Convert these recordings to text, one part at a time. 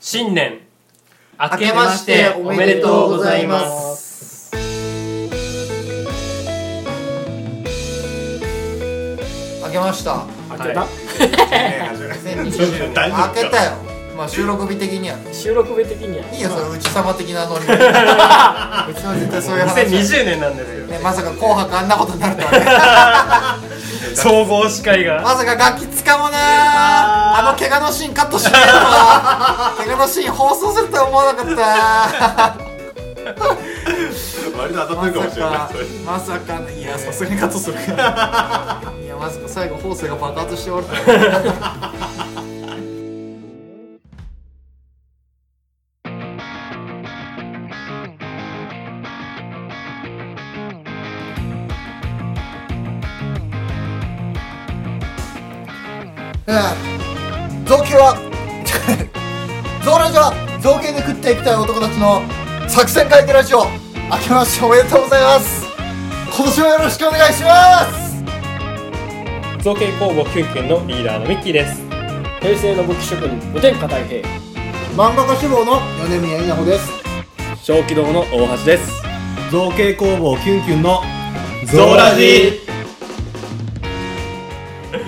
新年明けましておめでとうございます開けました開けた、は2020年 大丈夫か開けたよまあ収録日的にはね収録部的にはいいよその内様的なノ リうちは絶対そういう話2020年なんですよねまさか「紅白」あんなことになるとはね総合司会がまさか楽器つかもなーあの怪我のシーンカットしないの は怪我のシーン放送するとは思わなかったー割と当たってまるかもさしれないかそれまさかいやさすがにカッ トするからいやまさか最後放送が爆発して終わるとはうん 造形は 造ラジは造形に食っていきたい男たちの作戦会議ラジオ明けましておめでとうございます今年もよろしくお願いします 造形工房キュンキュンのリーダーのミッキーです平成の武器職人無天下太平漫画家志望の米宮稲穂です小気道の大橋です造形工房キュンキュンのゾーラジ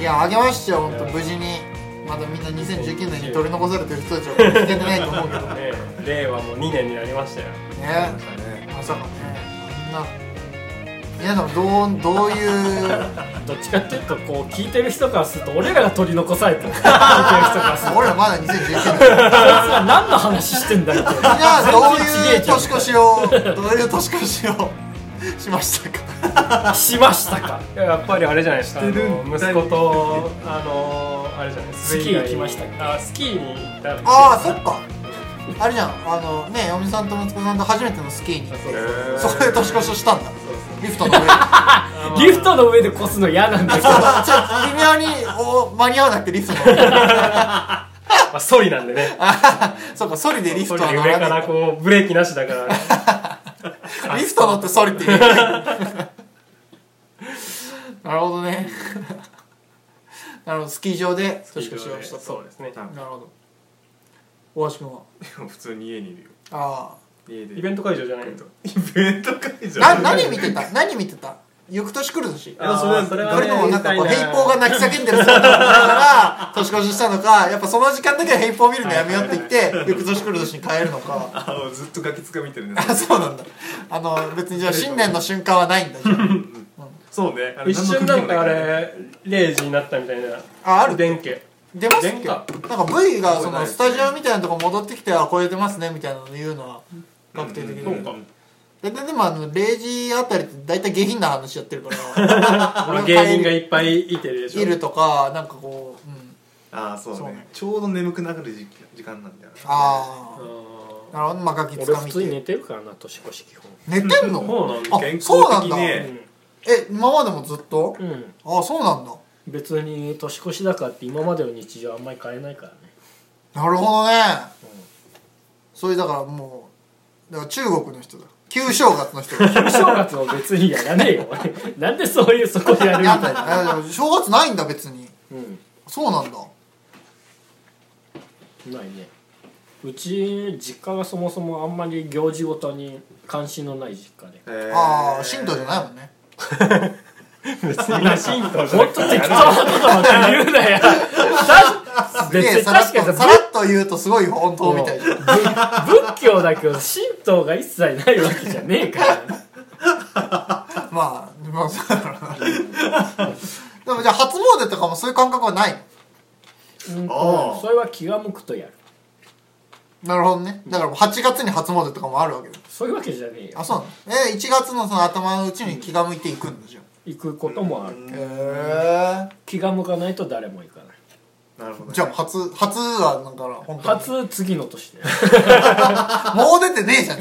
いやあげましたよ本当無事にまだみんな2019年に取り残されてる人たちは聞けてないと思うけどねね令和も2年になりましたよまさかねあんな皆さんどうどういうどっちかっていうとこう聞いてる人からすると俺らが取り残されてる聞いてる人からすると俺らまだ2019年こいつら何の話してんだよってみんなどういう年越しをどういう年越しをしましたかしましたかいや やっぱりあれじゃないですかあ知ってるの息子とあのあれじゃないですかスキー行きましたっけあスキーに行ったんですよああそっかあれじゃんあのね嫁さんと息子さんと初めてのスキーに行っそうてそうそこで年越しをしたんだリフトの上でリフトの上で越すの嫌なんだけ どちょっと微妙にお間に合わなくてリ フトの上でまあソリなんでねそっかソリでリフソトリは乗上らかならいこうブレーキなしだからリフト乗ってソリって言う なるほどねなるほどスキー場で年越しをしたそうとですねなるほど大橋君は 普通に家にいるよあ家でイベント会場じゃないのイベント会あ場な何見てた何見てた翌年来る年やそれはあーそれそはれねともなんかこう見たい平方が泣き叫んでる姿を見ながら 年越ししたのかやっぱその時間だけは平方見るのやめようって言って翌年来る年に変えるのかあのずっとガキつか見てるねあそうなんだあの別にじゃあ新年の瞬間はないんだじゃあそうねあれ一瞬なんかあ何のれ0時になったみたいなあある電気出ますっ出けんかなんか V がそのスタジオみたいなとこ戻ってきてあこれ出ますねみたいなの言うのは確定的組にもないでででもあの0時あたりって大体下品な話やってるか ら俺芸人がいいっぱいいてるでしょるとかなんかこう、うん、ああそうねそうねちょうど眠くなる時期時間なんだよなあうあんなるほどまあガキつ俺か普み通に寝ててるからな年越し基本寝てんの、そうなんだあ健康そうなん的だねえ今までもずっとうんあそうなんだ別に年越しだからって今までの日常あんまり変えないからねなるほどね、それだからもうだから中国の人だ旧正月の人だお正月も別にやらねえよ俺なんでそういうそこでやるみやたんいないな、あでも正月ないんだ別にうん、そうなんだないねうち実家がそもそもあんまり行事ごとに関心のない実家でえーああ神道じゃないもんね別にな神道じゃもなっくと適当なことばっかり言うなや別ねえにさらっ確とかにささらっと言うとすごい本当みたいじゃん仏教だけど神道が一切ないわけじゃねえからまあまあそうだろうなでもじゃあ初詣とかもそういう感覚はないうんあーそれは気が向くとやるなるほどねだからもう8月に初詣とかもあるわけだそういうわけじゃねえよあそうなのえ1月のその頭のうちに気が向いていくんだじゃん行くこともあるへえ気が向かないと誰も行かないなるほどねじゃあ初初はだから本当に初次の年でもう出てねえじゃん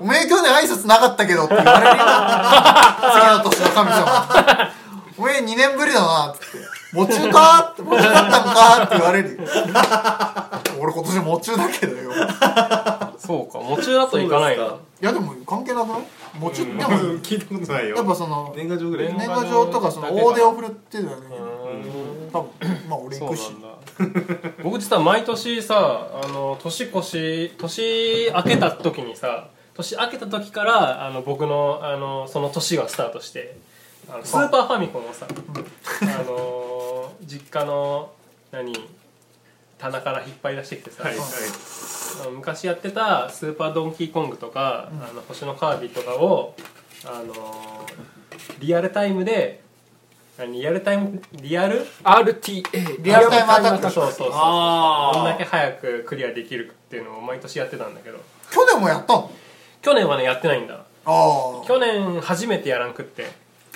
おめえ去年挨拶なかったけどって言われるよ次の年の神様おめえ2年ぶりだなっつって「喪中か?」って「喪中だったのか?」って言われるよ俺今年喪中だけどよそうか喪中だと行かないなやでも関係なくないもちろんでもそうですか聞いたことないよやっぱその年賀状ぐらい年賀状とかその大手を振るっていうのはねうん多分まあ俺そ行うくしなんだ僕実は毎年さあの年越し年明けた時にさ年明けた時からあの僕のあのその年がスタートしてあのスーパーファミコンをさあの実家の何棚から引っ張り出してきてさ、はいはいあの昔やってた「スーパードンキーコング」とか「あの星のカービィ」とかを、あのーリアルタイムであリアルタイムリアル RTA リアルタイムアタッそうクそうそうあーどんだけ早くクリアできるかっていうのを毎年やってたんだけど去年もやったの去年はねやってないんだああ去年初めてやらんくって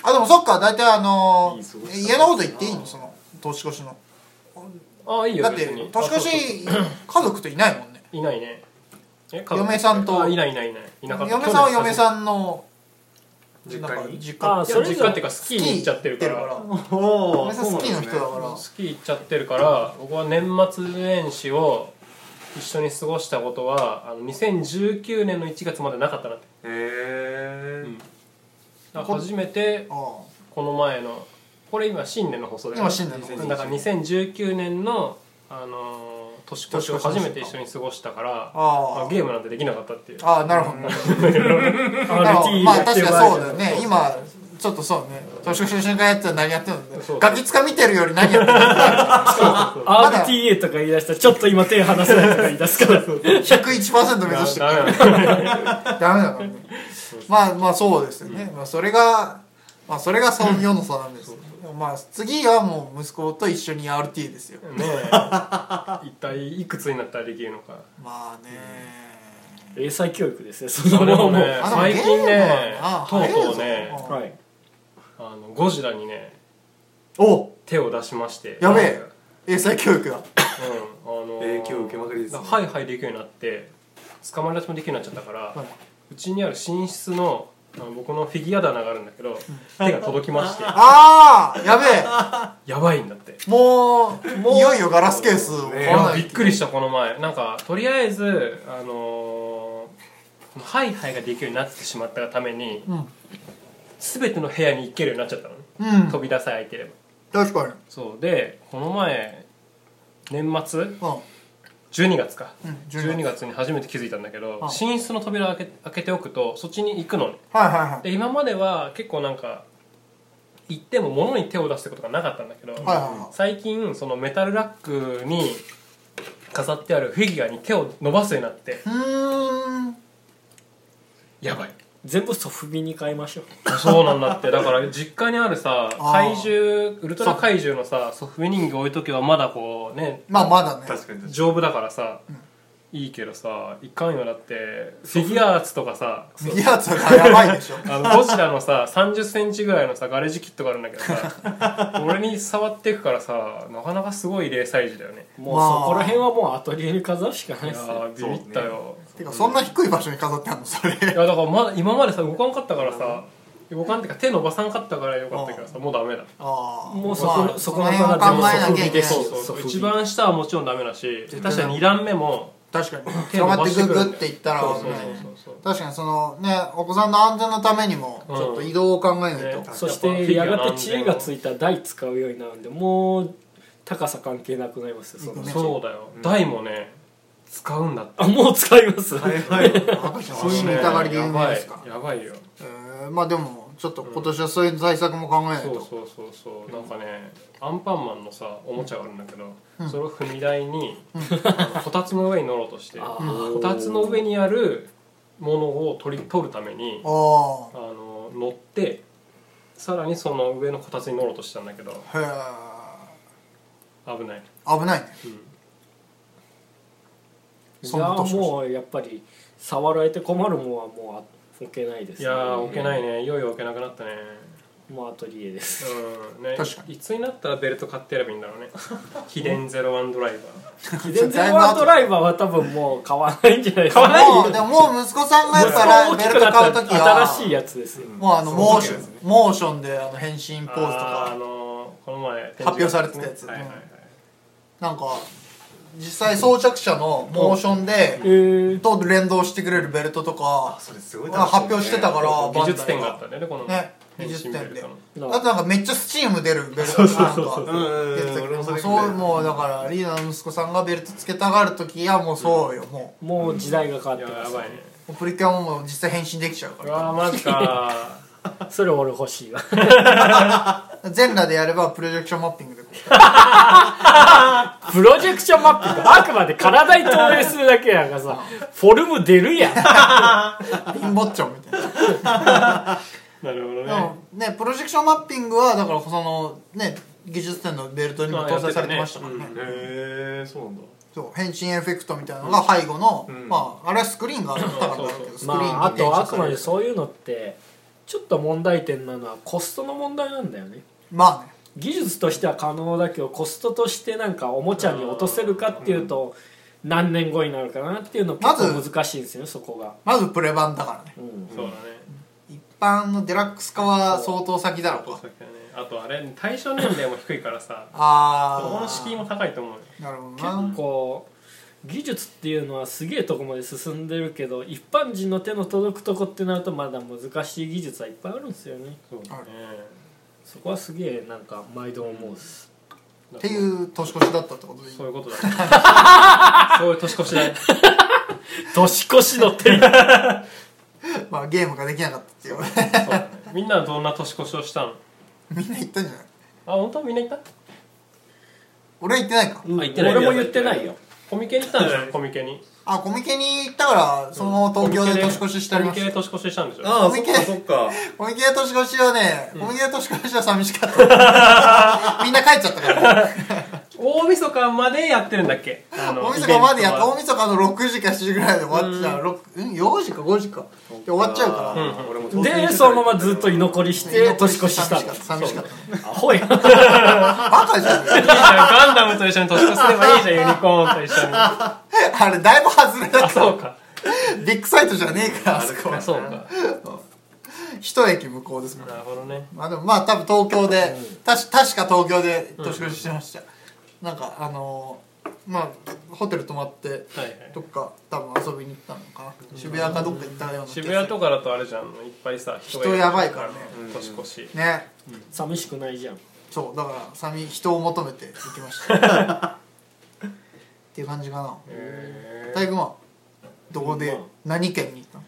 あでもそっか大体あのいい過ごし方嫌なこと言っていいのその年越しのああいいよだって別に年越し家族っていないもんねいないねえ家族嫁さんとあいないいないいないいなかった嫁さんは去年嫁さんの実なんか家に実あ家あいやそれ実じゃ家っていうかスキーに行っちゃってるからお嫁さん好きの人だからスキー行っちゃってるから僕は年末年始を一緒に過ごしたことはあの2019年の1月までなかったなってへうんえだから初めてあこの前のこれ今新年の放送だよね今新年の放送だから2019年の、あのー年越しを初めて一緒に過ごしたからあまあゲームなんてできなかったっていうあああなるほどなるほど RTA まあやっ確かてるに場合そうだじゃよないね今ちょっとそうね年越しの瞬間やってたら何やってるんだそうガキ使見てるより何やってる んだまだ RTA とか言い出したらちょっと今手離せないとか言い出すから101%目指してダメなんだダメだからねまあまあそうですよね、まあ、それがまあそれがその世の差なんですよまあ次はもう息子と一緒に RT ですよねえ一体いくつになったらできるのかまあね英才教育ですねそのもう、ねあでも最近ゲームねはとなうとう早いねぞはいあのゴジラにねお手を出しましてやべえ英才教育うんだあのー影響受けまくりですねハイハイできるようになって捕まり出しもできるようになっちゃったから、はいうちにある寝室のあの僕のフィギュア棚があるんだけど手が届きましてああやべえやばいんだって もういよいよガラスケースをね買いやわやなびいっくりしたこの前なんかとりあえずあのー、ハイハイができるようになってしまったがために、ん全ての部屋に行けるようになっちゃったのね、うん飛び出さえ開いてれば確かにそうでこの前年末うん12月か、うん12 12, 月月に初めて気づいたんだけどあ寝室の扉を開け開けておくとそっちに行くのねはいはいはいで今までは結構なんか行っても物に手を出すってことがなかったんだけど、はいはいはい最近そのメタルラックに飾ってあるフィギュアに手を伸ばすようになってうーんやばい全部ソフビに変えましょうそうなんだってだから実家にあるさあー怪獣ウルトラ怪獣のさソフビ人形置いとけばまだこうねまあまだね確かに確か丈夫だからさ、いいけどさいかんよだってフィギュアーツとかさ右圧がやばいでしょあのゴジラのさ3 0ンチぐらいのさガレージキットがあるんだけどさ俺に触っていくからさなかなかすごい0歳児だよねもうまあそこら辺はもうアトリエに飾るしかないいやですよービビったよ、てかそんな低い場所に飾ってあんのそ れいやだからまだ今までさ動かんかったからさ動かんってか手伸ばさんかったからよかったけどさもうダメだああもうそまこあそこのの辺を考辺はえなきゃいけ全な部いそうソフそうそうビですよソフビ一番下はもちろんダメだし確かに2段目も確かに 手伸捕まっばてしてグくグるっていったらそう危そうないねそう確かにそのねお子さんの安全のためにもちうんょっと移動を考えないそう、と、ねそしてやがて知恵がついた台使うようになるんでもう高さ関係なくなりますよそのそうだよ台もね使うんだってあもう使いますにはいはい赤ちゃんそうはいう死のにねたがりで有名ですから、やばいやばいよえー、まあでもちょっと今年はそういう対策も考えないと、そうそうそうそうなんかねアンパンマンのさおもちゃがあるんだけど、それを踏み台に、あのこたつの上に乗ろうとしてあこーたつの上にあるものを取り取るためにああの乗ってさらにその上のこたつに乗ろうとしたんだけどあ危ないへえ危ないねじゃあもうやっぱり触られて困るもんはもう置けないですいねやー置けないねいよいよ置けなくなったねもうアトリエ ですうんね確かいつになったらベルト買ってやればいいんだろう ね秘伝ゼロワンドライバー全然ワンドライバーは多分もう買わないんじゃないですか買わないよもうでももう息子さんがやっ大ぱきベくルなト買っう時たはら新しいやつですよもうあのそのモー時はション、ですねモーションであの変身ポーズとあーあかのーこの前発表されてたやつはいはいはいなんか実際装着者のモーションでえー、と連動してくれるベルトとかそれすごい楽しみ発表してたから技術点があバっンたんだよねこのダイはね変技身術ベ点ルでトのなあとなんかめっちゃスチーム出るベルトとかなんうんかうん出てたけうん俺どもそれそうもうだからリーダーの息子さんがベルトつけたがる時はもうそうよももう時代が変わっていやまやすばいねうプリキュアももう実際変身できちゃうかうらわーマジかそれ俺欲しいわ全裸でやればプロジェクションマッピングでこうプロジェクションマッピングあくまで体に投影するだけやからさフォルム出るやんピンボッチョンみたいなー なるほどでねもねプロジェクションマッピングはだからそのね技術点のベルトにも搭載されてましたからねあやってへえそうなんだそう変身エフェクトみたいなのが背後の、うんまああれはスクリーンがあったからだけどスクまリーンにああ連とあ射さくれまるでそういうのってちょっと問題点なのはコストの問題なんだよねまあね技術としては可能だけどコストとしてなんかおもちゃに落とせるかっていうと何年後になるかなっていうの結ま構ず難しいんですよねそこが、まずプレ版だからねうん、そうだね一般のデラックス化は相当先だろうそうかだねあとあれ対象年齢も低いからさそこあのあ敷居も高いと思うよなるほどな結構技術っていうのはすげえとこまで進んでるけど一般人の手の届くとこってなるとまだ難しい技術はいっぱいあるんですよねそうだねそこはすげえなんか毎度思うっすっていう年越しだったってことでいいそういうことだねそういう年越しだね 年越しの手まあゲームができ なかったっていうそうだねみんなはどんな年越しをしたのみんな言ったんじゃないあ本当みんな行った俺は言ってないかあ言ってない俺も言ってないよコミケに行ったんでしょコミケにあコミケに行ったからそのまま東京で年越ししてありまコミしケたで年越ししたんでしょあコあそミっケかそっかコミケで年越しはね、コミケで年越しは寂 しかったみんな帰っちゃったから大晦日までやってるんだっけあの大晦日までやっイベたントは大晦日の6時か7時ぐらいで終わっちゃう六うん4時か5時かで終わっちゃうからうん俺もでそのままずっと居残りして年越ししたの寂しかったアホやバカじゃんいいじゃん ガンダムと一緒に年越しすればいいじゃんユニコーンと一緒にああれだいぶ外れだったそうかビッグサイトじゃねえからあそこあそうか一駅向こうですもんなるほどねまあでもまあ多分東京でたし確か東京で年越ししてました、なんかあのーまあホテル泊まってはいはいどっか多分遊びに行ったのかな、渋谷かどっか行ったような気がする渋谷とかだとあれじゃんいっぱいさ人やばいからね年越しね寂しくないじゃんそうだから寂人を求めて行きましたっていう感じかなへ大工はどこで何県に行ったの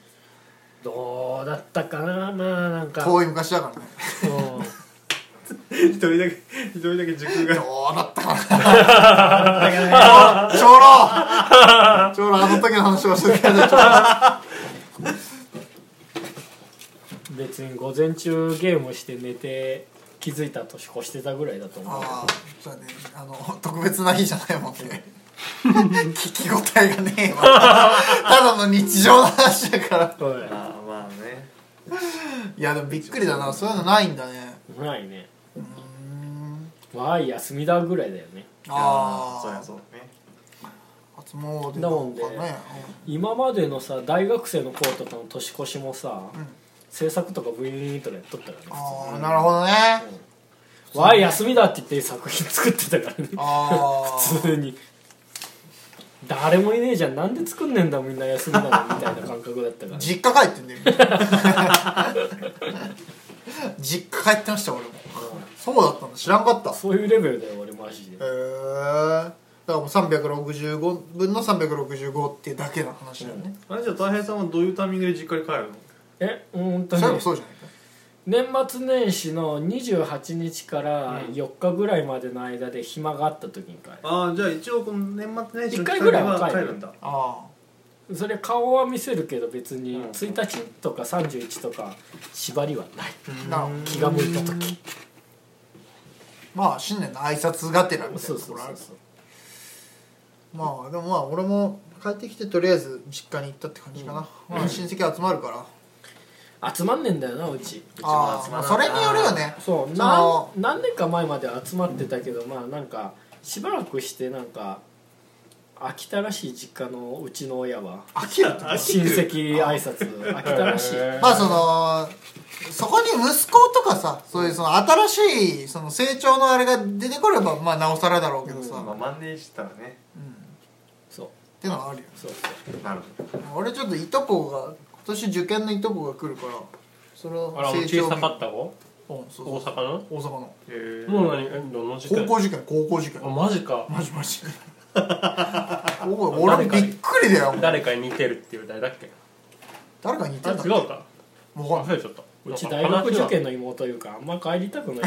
どうだったかなまあなんか遠い昔だからねうん 一人だけ一人だけ時空がどうだったか な長老長老あの時の話をしてくれた長老別に午前中ゲームして寝て気づいた年越してたぐらいだと思うああそうだねあの特別な日じゃないもんね聞き応えがねえわただの日常の話だからおいああまあねいやでもびっくりだなそういうのないんだねないねうんわあ休みだぐらいだよねあそうやあそうだね初詣だもんでとかね今までのさ大学生の頃とかの年越しもさ、ん制作とかブイーンとかやっとったからねああなるほどねわあ休みだって言って作品作ってたからねああ普通に誰もいねえじゃんなんで作んねえんだみんな休みなのみたいな感覚だったから、実家帰ってんだよ実家帰ってました俺もそうだったの知らんかったへそういうレベルだよ俺マジでえだからもう365分の365っていうだけの話だよね、あれじゃあ大平さんはどういうタイミングで実家に帰るのえうーんとそういえねばそうじゃないか年末年始の28日から4日ぐらいまでの間で暇があった時に帰ああじゃあ一応この年末年始一の回ぐらいはは帰帰るるんだあるそれ顔は見せるけど別にうん1日とか31とか縛りはないあなるほど気が向いた時まあ新年の挨拶がてらみたいそうなとそこうろあそるうそうまあでもまあ俺も帰ってきてとりあえず実家に行ったって感じかな、まあ親戚集まるから、集まんねえんだよなうちああまあそれによるよねそうそなのん何年か前まで集まってたけど、まあなんかしばらくしてなんか飽きたらしい実家のうちの親は飽きると親戚挨拶飽きたらしいまあそのそこに息子とかさそういうその新しいその成長のあれが出てくればまあなおさらだろうけどさ、まあ万年したらねそうてのはあるよそうなるほど俺ちょっといとこが今年受験のいとこが来るからそれあらはもう成小長さかった子うんそうそう大阪の大阪のへーもう何えどの時高間校受験高校受験あマジかマジマジ俺もびっくりだよ誰かに似てるっていう誰だっけ誰かに似てあん違だうかわかん忘ないれちゃったうちなん大か学受話験の妹いうかあんま帰りたくない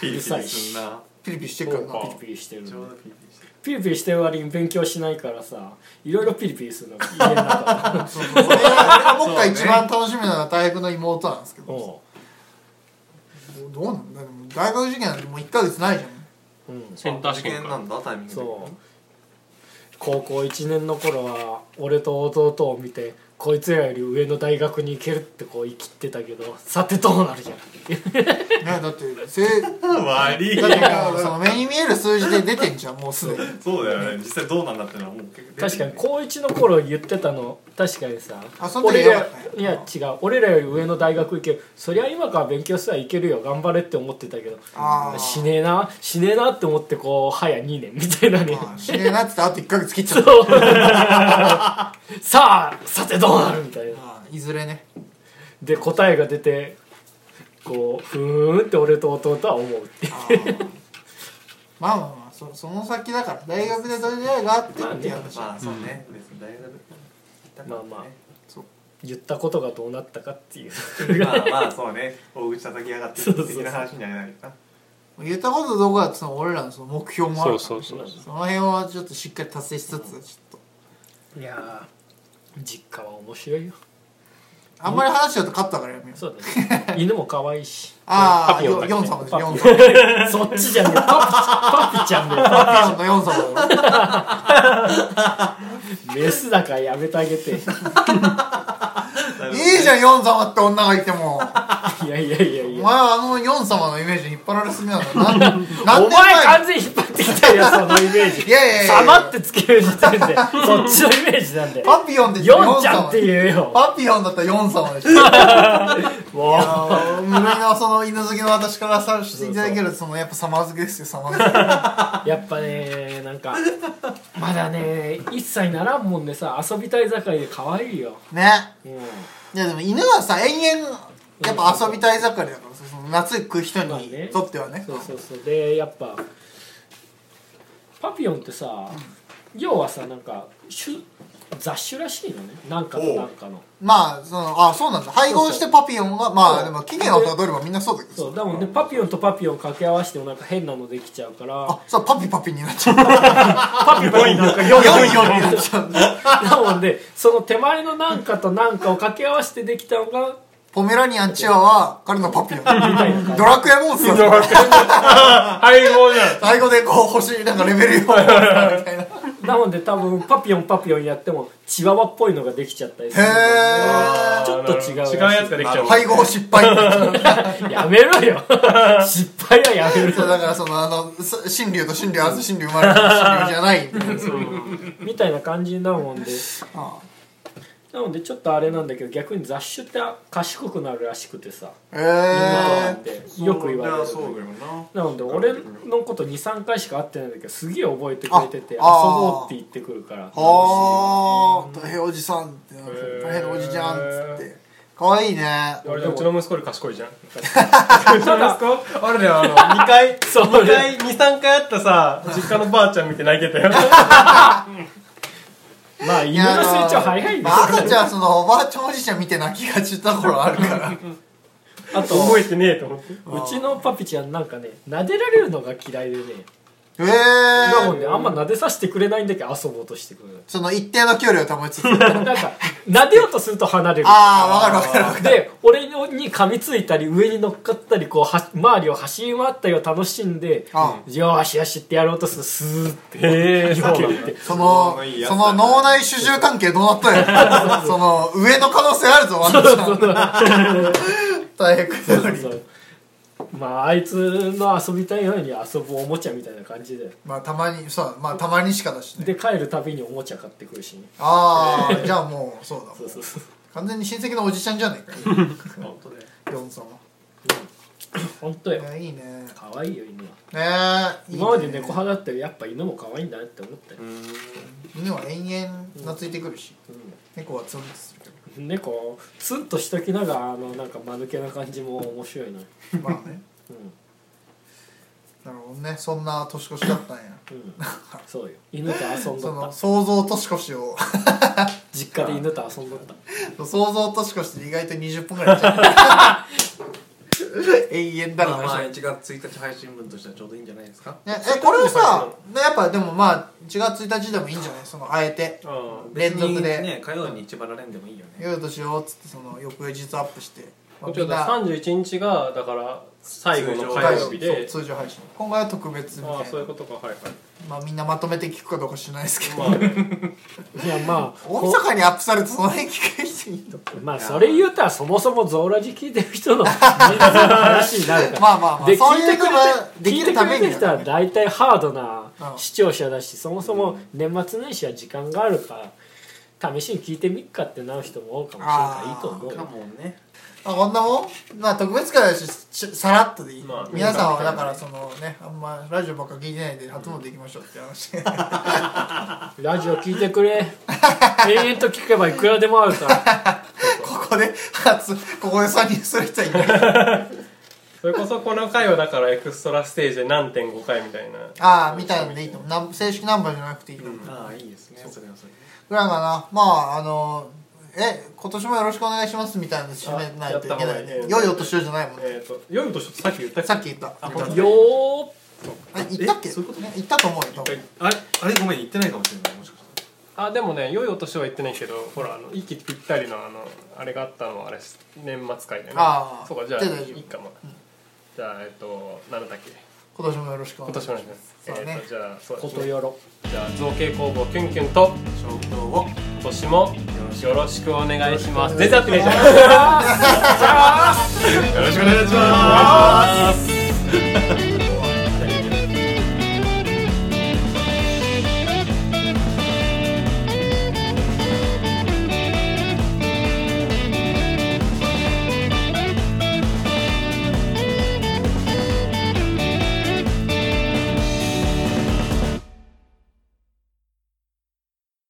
ピリうピるさいリしすんなピリピリしてっからなそうかピリピリしてるちょうのどピリピリしてるピリピリしてる割に勉強しないからさいろいろピリピリするの家の中 でそうそうそう俺が僕が一番楽しみなのは大学の妹なんですけどおどうなんだでも大学受験なんてもう1ヶ月ないじゃんう、うん、センター試受験験なかんだタイミングそう高校1年の頃は俺と弟を見てこいつらより上の大学に行けるってこう言い切ってたけどさてどうなるじゃんねだってせだってう悪いもうその目に見える数字で出てんじゃんもうすでにそうだよね実際どうなんだってのはもう結構確かに高1の頃言ってたの確かにさあその時俺やばらかったんやいや違う俺らより上の大学行けるそりゃ今から勉強すら行けるよ頑張れって思ってたけどあーしねえなしねえなって思ってこう早2年みたいなねまあ死ねえなって言ってあと1ヶ月切っちゃそうう さあさてどうなるみたいなまあいずれねで答えが出てこうふーんって俺と弟は思うっていうあーまあまあまあそその先だから大学でどれ出会いがあってっていう話、まあそうね別に大学行ったからねまあまあ言ったことがどうなったかっていう まあまあそうね大口叩き上がってそうそうそう的な話にはなるよな言ったことどこだってその俺らのその目標もあるからそうそうそうその辺はちょっとしっかり達成しつつちょっといやー実家は面白いよあんまり話しちゃうと勝ったからやめようそうだね犬も可愛いしあパあピオンだヨっけン様ですパヨ ピオンン様ヨンそっちじゃねえパピパピちゃんだよのヨン様だメスだからやめてあげていいいじゃんヨン様って女がいてもやいやいやおい前やはあのヨン様のイメージに引っ張られすぎなのなんなんでお前完全に引っ張ってきたよそのイメージいやいやいやいやさまってつける時点でそっちのイメージなんでよパピオンでんちゃんってう言うよパピオンだったらヨン様でしょいや もうー無類のその犬好きの私からさしていただけるとそのやっぱ様好きですよ様好きやっぱねなんかまだね一切ならんもんでさ遊びたい盛りで可愛いよ、ねうん、いやでも犬はさ延々やっぱ遊びたい盛りだからさその夏行く人まあにねとってはねそうそうそうでやっぱパピオンってさ要はさなんか種雑種らしいのねなんかとなんかのまあそのあそうなんだ配合してパピオンがまあでも起源をたどればみんなそうだけどさそうだもんねパピオンとパピオン掛け合わせてもなんか変なのできちゃうからあそうパピパピになっちゃうパピパピなんかヨよンよヨンになっちゃうだもんでその手前のなんかとなんかを掛け合わせてできたのがポメラニアンチワワ彼のパピオンみたいな感じドラクエモンスター配合じゃん最後でこう星なんかレベル4みたいなへなので多分パピオンパピオンやってもチワワっぽいのができちゃったりするえちょっとあ違うらしーいなるほど違うやつができちゃう配合失敗になっちゃうやめろよ失敗はやめそうろだからそのあのす神竜と神竜あず神竜生まれた神竜じゃないみたいなみたいな感じなもんであなのでちょっとあれなんだけど逆に雑種って賢くなるらしくてさあへえってよく言われるそうだよななので俺のこと23回しか会ってないんだけどすげえ覚えてくれてて遊ぼあうって言ってくるからはあ大変おじさんってなる大変おじちゃんっつってかわいいね俺でうちの息子より賢いじゃんただあれだよあ の2回そう2回23回会ったさ実家のばあちゃん見て泣いて たよまあ犬の成長早いんでまあ赤ちゃんそのおばあちゃんおじいちゃん見て泣きがちなところあるからあと覚えてねえと思ってうちのパピちゃんなんかね撫でられるのが嫌いでねえなのえであんま撫でさせてくれないんだけど遊ぼうとしてくるその一定の距離を保ちつつなんか撫でようとすると離れるああわかるわかるわかるで俺に噛みついたり上に乗っかったりこうは周りを走り回ったりを楽しんであ「よーしよし」ってやろうとするとスーって 避けるってそのいいやつそだの脳内主従関係どうなったんやその上の可能性あるぞワンちゃん大変くだりそうまああいつの遊びたいように遊ぶおもちゃみたいな感じでまあたまにそうまあたまにしかだしねで帰るたびにおもちゃ買ってくるしねああじゃあもうそうだそうそうそう完全に親戚のおじちゃんじゃねえか本当だよヨン様本当よねいいね可愛いよ犬はねえいいね今まで猫派だったけどやっぱ犬も可愛いんだなって思ったよ、犬は延々懐いてくるし、猫はツンとするけ猫ツンとしときながらあのなんか間抜けな感じも面白いなどまあね なるほどねそんな年越しだったんやうん、うん、そうよ犬と遊んそどのった想像年越しを 実家で犬と遊んどった想像年越しで意外と20分ぐらいやっちゃう 永遠だだらからだまら喋ある1月1日配信分としてはちょうどいいんじゃないですかねえこれをさねやっぱでもまあ1月1日でもいいんじゃないそのあえてうん連続で別にね火曜に一バラレンでもいいよね夜としようっつってその翌日アップして、まあちょみうんどな31日がだから最後の火曜日でそう通常配信今回は特別みたいああそういうなことかはいはいまあみんなまとめて聞くかどうか知らないですけど、まあねいやまあ大晦日にアップされてその辺聞く人いいのかまあそれ言うたらそもそもゾーラジ聞いてる人の人生の話になるからまあまあまあでそう聞いいてうくのれがでて聞きいてるたくめれにてる人は大体ハードなうん視聴者だしそもそも年末年始は時間があるから試しに聞いてみっかってなる人も多いかもしれないからいいと思うかよもねまあこんなもんまあ特別会だししさらっとでいい、まあ皆さんはだからそのねあんまラジオばっか聞いてないで初詣行きましょうって話ラジオ聞いてくれ永遠と聞けばいくらでもあ るからここで初ここで参入する人はいないそれこそこの回はだからエクストラステージで何5回みたいなああみたいのでいいと思うなん正式ナンバーじゃなくていいと思うああいいですねそれはそれでぐらいかなまああのえ今年もよろしくお願いしますみたいなの締めないといけあやったない方がねいい良いお年をじゃないもんねえっと夜とさっき言ったっけさっき言ったあよーっ言ったっけね言ったと思うよ多分あれあれごめん言ってないかもしれないもしかしたあでもね良いお年は言ってないけどほらあの息ぴったりのあのあれがあったのはあれ年末会だよねああそうかじゃあじゃあ大丈夫いいかも、じゃあえっと何だっけ今年もよろしくお今願い年しもまおす願いしますそうだねえっとじゃあそうでこすとねよろじゃあ造形工房キュンキュンとら消灯を今年もよろしくお願いします全然合ってねえじゃん よろしくお願いします